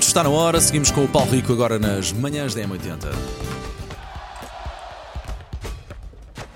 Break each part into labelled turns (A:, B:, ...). A: está na hora, seguimos com o Paulo Rico agora nas manhãs da M80.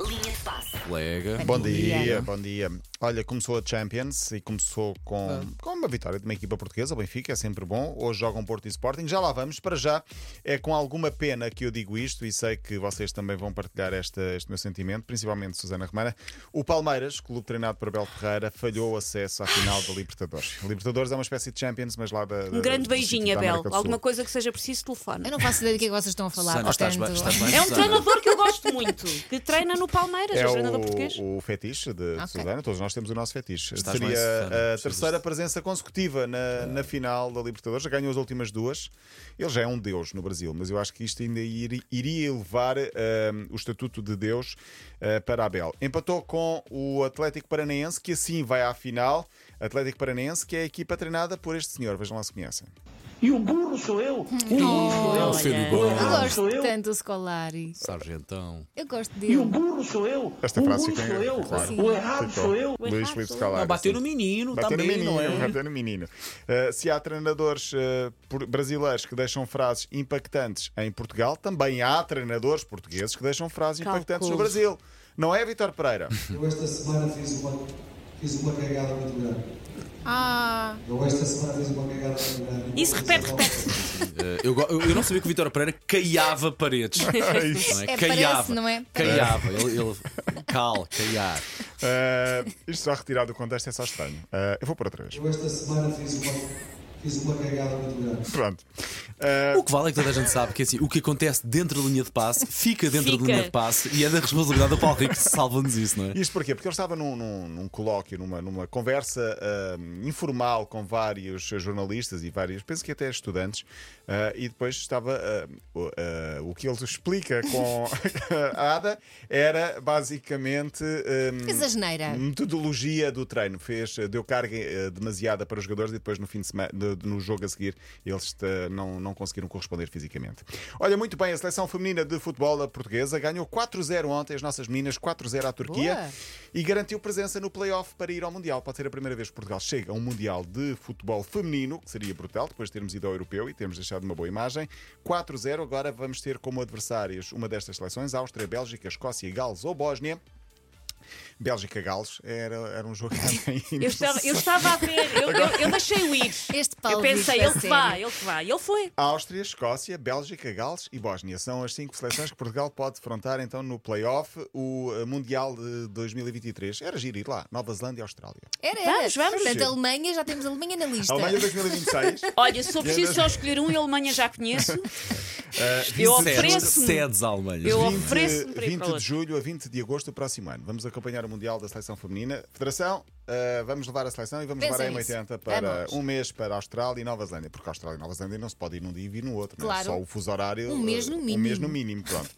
B: Linha de passe.
A: Colega.
C: Bom dia,
B: dia.
C: bom dia. Olha, começou a Champions e começou com, com uma vitória de uma equipa portuguesa, o Benfica, é sempre bom. Hoje jogam Porto e Sporting, já lá vamos. Para já, é com alguma pena que eu digo isto e sei que vocês também vão partilhar esta, este meu sentimento, principalmente Susana Romana. O Palmeiras, clube treinado por Abel Ferreira, falhou o acesso à final da Libertadores. A Libertadores é uma espécie de Champions, mas lá da.
D: Um grande beijinho, Abel. Alguma coisa que seja preciso, telefone.
B: Eu não faço ideia do que é que vocês estão a falar.
A: Susana, estás bem,
B: portanto...
A: estás bem,
D: É um
A: Susana?
D: treinador que eu gosto muito, que treina no Palmeiras,
C: É
D: é o treinador português.
C: o, o fetiche de
B: Ok.
C: Susana, todos nós temos o nosso fetiche.
A: Estás bem,
C: Seria
A: Susana,
C: a
A: precisas
C: terceira
A: de-
C: presença consecutiva na, na final da Libertadores, já ganhou as últimas duas. Ele já é um deus no Brasil, mas eu acho que isto ainda iri- iria elevar ahm, o estatuto de deus ah, para Abel. Empatou com o Atlético Paranaense, que assim vai à final. Atlético Paranaense, que é a equipa treinada por este senhor, vejam lá se conhecem.
E: E o burro sou eu? O burro sou
A: É o
E: eu?
A: filho
B: Eu
A: bom, então.
E: Sou
B: gosto
E: eu?
B: tanto do Scolari.
A: Sargentão.
B: Eu gosto
E: E o
B: dele.
E: burro sou eu?
C: Esta
E: o
C: frase
E: burro
C: fica-
E: sou eu?
C: claro.
E: O errado
C: Ficou.
E: sou eu?
C: Luís Felipe Scolari.
F: bateu
C: sim.
F: no menino
C: Bateu no
F: também,
C: menino,
F: não é?
C: bateu no menino. Uh, se há treinadores uh, por- brasileiros que deixam frases impactantes em Portugal, também há treinadores portugueses que deixam frases impactantes no
D: Calculo.
C: Brasil. Não é, Vitor Pereira?
G: Eu esta semana fiz uma, fiz uma cagada muito grande.
B: Ah,
G: Eu esta semana fiz uma cagada muito grande.
D: Isso, repete,
G: repete.
A: Eh, Eu, go- eu- eu não sabia que o Vitor Pereira caiava paredes. Não
B: É, parece, não é?
A: Caiava. Ele, ele- Cal, caiar.
C: Uh, isto só retirado do contexto é só estranho. Uh, eu vou por outra vez.
G: Eu esta semana fiz uma, fiz uma cagada muito grande.
C: Pronto. Uh,
A: O que vale é que toda a gente sabe que assim, o que acontece dentro da linha de passe fica dentro da
D: Fica.
A: linha de passe e é da responsabilidade do Paulo Rico que salva-nos isso, não é?
C: Isto porquê? Porque ele estava num, num- num colóquio, numa, numa conversa ah, informal com vários jornalistas e vários, penso que até estudantes, ah, e depois estava. ah, o- ah, o que ele explica com a Ada era basicamente. ah,
B: Fez a geneira.
A: Hum.
C: Metodologia do treino. Fez, deu carga eh, demasiada para os jogadores e depois no, fim de semana, de- de- no jogo a seguir eles eh, não, não conseguiram corresponder fisicamente. Olha, muito bem, a seleção feminina de futebol a portuguesa ganhou 4-0 ontem, as nossas meninas 4-0 à Turquia
B: Boa.
C: e garantiu presença no playoff para ir ao Mundial. Pode ser a primeira vez que Portugal chega a um Mundial de futebol feminino, que seria brutal, depois de termos ido ao europeu e termos deixado uma boa imagem. 4-0, agora vamos ter como adversárias uma destas seleções: Áustria, Bélgica, Escócia, Gales ou Bósnia. Bélgica-Gales era, era um jogo que era
D: Eu estava, eu estava a ver, eu, eu- eu deixei-o ir.
B: Este Paulo
D: Eu pensei,
B: Rico é
D: ele que
B: sério.
D: vai, ele que vai. E Ele foi.
C: Áustria, Escócia, Bélgica, Gales e Bósnia são as cinco seleções que Portugal pode defrontar então no play-off o eh, Mundial de 2023. Era giro ir lá, Nova Zelândia e Austrália.
B: Era, era.
D: Vamos, vamos.
B: Portanto, Alemanha, já temos Alemanha na
D: é
B: lista.
C: Alemanha 2026.
D: Olha, se eu preciso só escolher um, a Alemanha já conheço. Eu ofereço-me.
A: Cedes à Alemanha.
D: Eu
C: 20,
D: ofereço-me para ir
C: 20
D: para
C: de
D: outro.
C: julho a 20 de agosto do próximo ano. Vamos acompanhar o Mundial da Seleção Feminina. Federação, eh, vamos levar a seleção e vamos
B: Pensa
C: levar a
B: nisso.
C: M80 para
B: Vamos.
C: um mês para a Austrália e Nova Zelândia. Porque a Austrália e Nova Zelândia não se pode ir num dia e vir no outro. não é?
B: Claro.
C: Só o fuso horário.
B: Um mês
C: eh,
B: no
C: Um mês
B: mínimo.
C: no mínimo, pronto.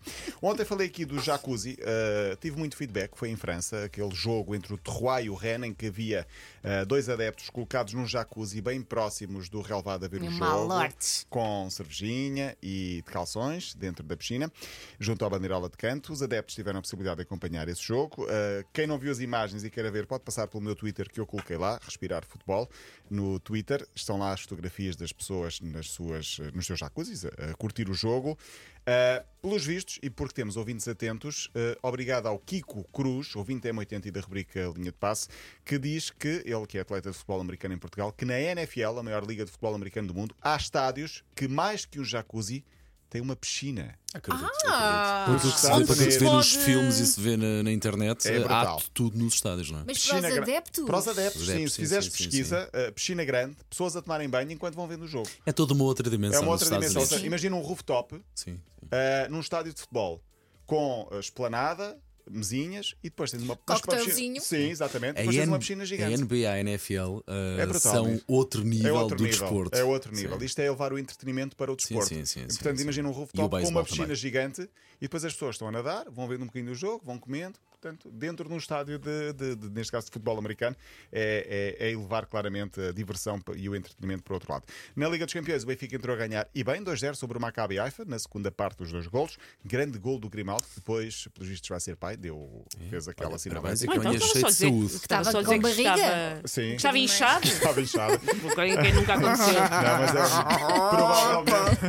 C: Ontem falei aqui do jacuzzi. eh, tive muito feedback. Foi em França, aquele jogo entre o Terroir e o Rennes, em que havia eh, dois adeptos colocados num jacuzzi bem próximos do relevado a ver o
B: Meu
C: jogo
B: malotes.
C: com cervejinha e de calções dentro da piscina, junto à bandeirola de canto. Os adeptos tiveram a possibilidade de acompanhar esse jogo. Uh, quem não viu as imagens e queira ver, pode passar pelo meu Twitter que eu coloquei lá, Respirar Futebol, no Twitter. Estão lá as fotografias das pessoas nas suas, nos seus jacuzzis a, a curtir o jogo. Uh, pelos vistos, e porque temos ouvintes atentos, uh, obrigado ao Kiko Cruz, ouvinte M80 e da rubrica Linha de Passe, que diz que, ele que é atleta de futebol americano em Portugal, que na NFL, a maior liga de futebol americano do mundo, há estádios que mais que um jacuzzi tem uma piscina.
B: Ah,
A: Porque o que se vê,
C: Onde
A: porque o que se
C: se
A: vê nos
D: pode-
A: filmes e se vê na, na internet,
C: É
A: eh, há
C: brutal.
A: t- tudo nos estádios, não é?
B: mas para
C: Piscina
B: os
C: gra-
B: adeptos.
C: Para os adeptos,
A: Os
C: sim.
A: adeptos,
C: se
A: sim,
C: fizeres
A: sim, sim,
C: pesquisa, uh, piscina grande, pessoas a tomarem banho enquanto vão vendo o jogo.
A: É toda uma outra dimensão
C: é uma
A: nos
C: outra
A: Estados
C: dimensão. Ou
A: Unidos.
C: seja, imagina um rooftop
A: Sim, sim.
C: Uh, num estádio de futebol com uh, esplanada, mesinhas e depois tens uma mas para a piscina.
B: Coquetelzinho.
C: Sim, exatamente.
A: A,
C: Depois tens
A: N-
C: uma piscina
A: a
C: gigante.
A: NBA, a NFL eh,
C: É brutal,
A: são
C: mesmo.
A: outro nível
C: É outro
A: do
C: nível.
A: desporto.
C: É outro
A: Sim.
C: nível. Isto é elevar o entretenimento para o desporto.
A: sim, sim,
C: E,
A: sim,
C: Portanto,
A: sim.
C: imagina um
A: E o
C: rooftop com
A: beisebol
C: uma piscina
A: também.
C: gigante e depois as pessoas estão a nadar, vão vendo um bocadinho do jogo, vão comendo, portanto, dentro de um estádio de, de- de- neste caso, de futebol americano, é, é- é elevar claramente a diversão pa- e o entretenimento para o outro lado. Na Liga dos Campeões, o Benfica entrou a ganhar e bem 2-0 sobre o Maccabi Haifa, na segunda parte dos dois golos. Grande gol do Grimaldo, que depois, pelos vistos, vai ser pai, deu, fez aquela
A: Olha,
C: assinatura.
A: parabéns e
D: Bom,
A: que
D: então
A: venha
D: estava
A: cheio
D: só a
A: de
D: dizer que
A: saúde.
D: estava só a
B: Estava
D: dizer que
B: com barriga?
D: estava, que
C: Sim.
D: estava inchado.
C: Estava inchado.
D: Quem, quem nunca aconteceu.
C: Não, mas é,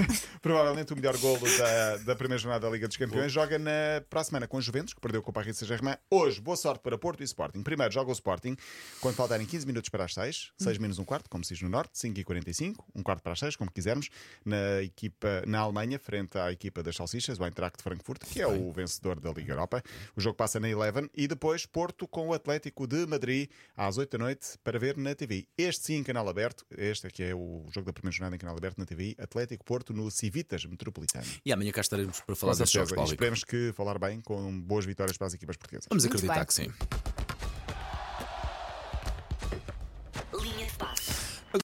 C: provavelmente, provavelmente o melhor golo da, da primeira jornada da Liga dos Campeões. Joga na, para a semana com os Juventus, que perdeu com o Paris Saint-Germain. Hoje, boa sorte para Porto e Sporting. Primeiro joga o Sporting, quando faltarem 15 minutos para as 6, 6 menos um quarto, como se diz no Norte, 5 e 45, um quarto para as 6, como quisermos, na, equipa, na Alemanha, frente à equipa das Salsichas, o Eintracht de Frankfurt, que é o vencedor da Liga Europa. O jogo passa na Eleven e depois Porto com o Atlético de Madrid às 8 da noite para ver na TV. Este sim, canal aberto. Este aqui é o jogo da primeira jornada em canal aberto na TV. Atlético Porto no Civitas Metropolitano.
A: E amanhã cá estaremos para
C: Com
A: falar desses jogos,
C: certeza. E
A: Paulo. Rico.
C: Esperemos que falar bem com boas vitórias para as equipas portuguesas.
A: Vamos
B: Muito
A: acreditar
B: bem.
A: que sim.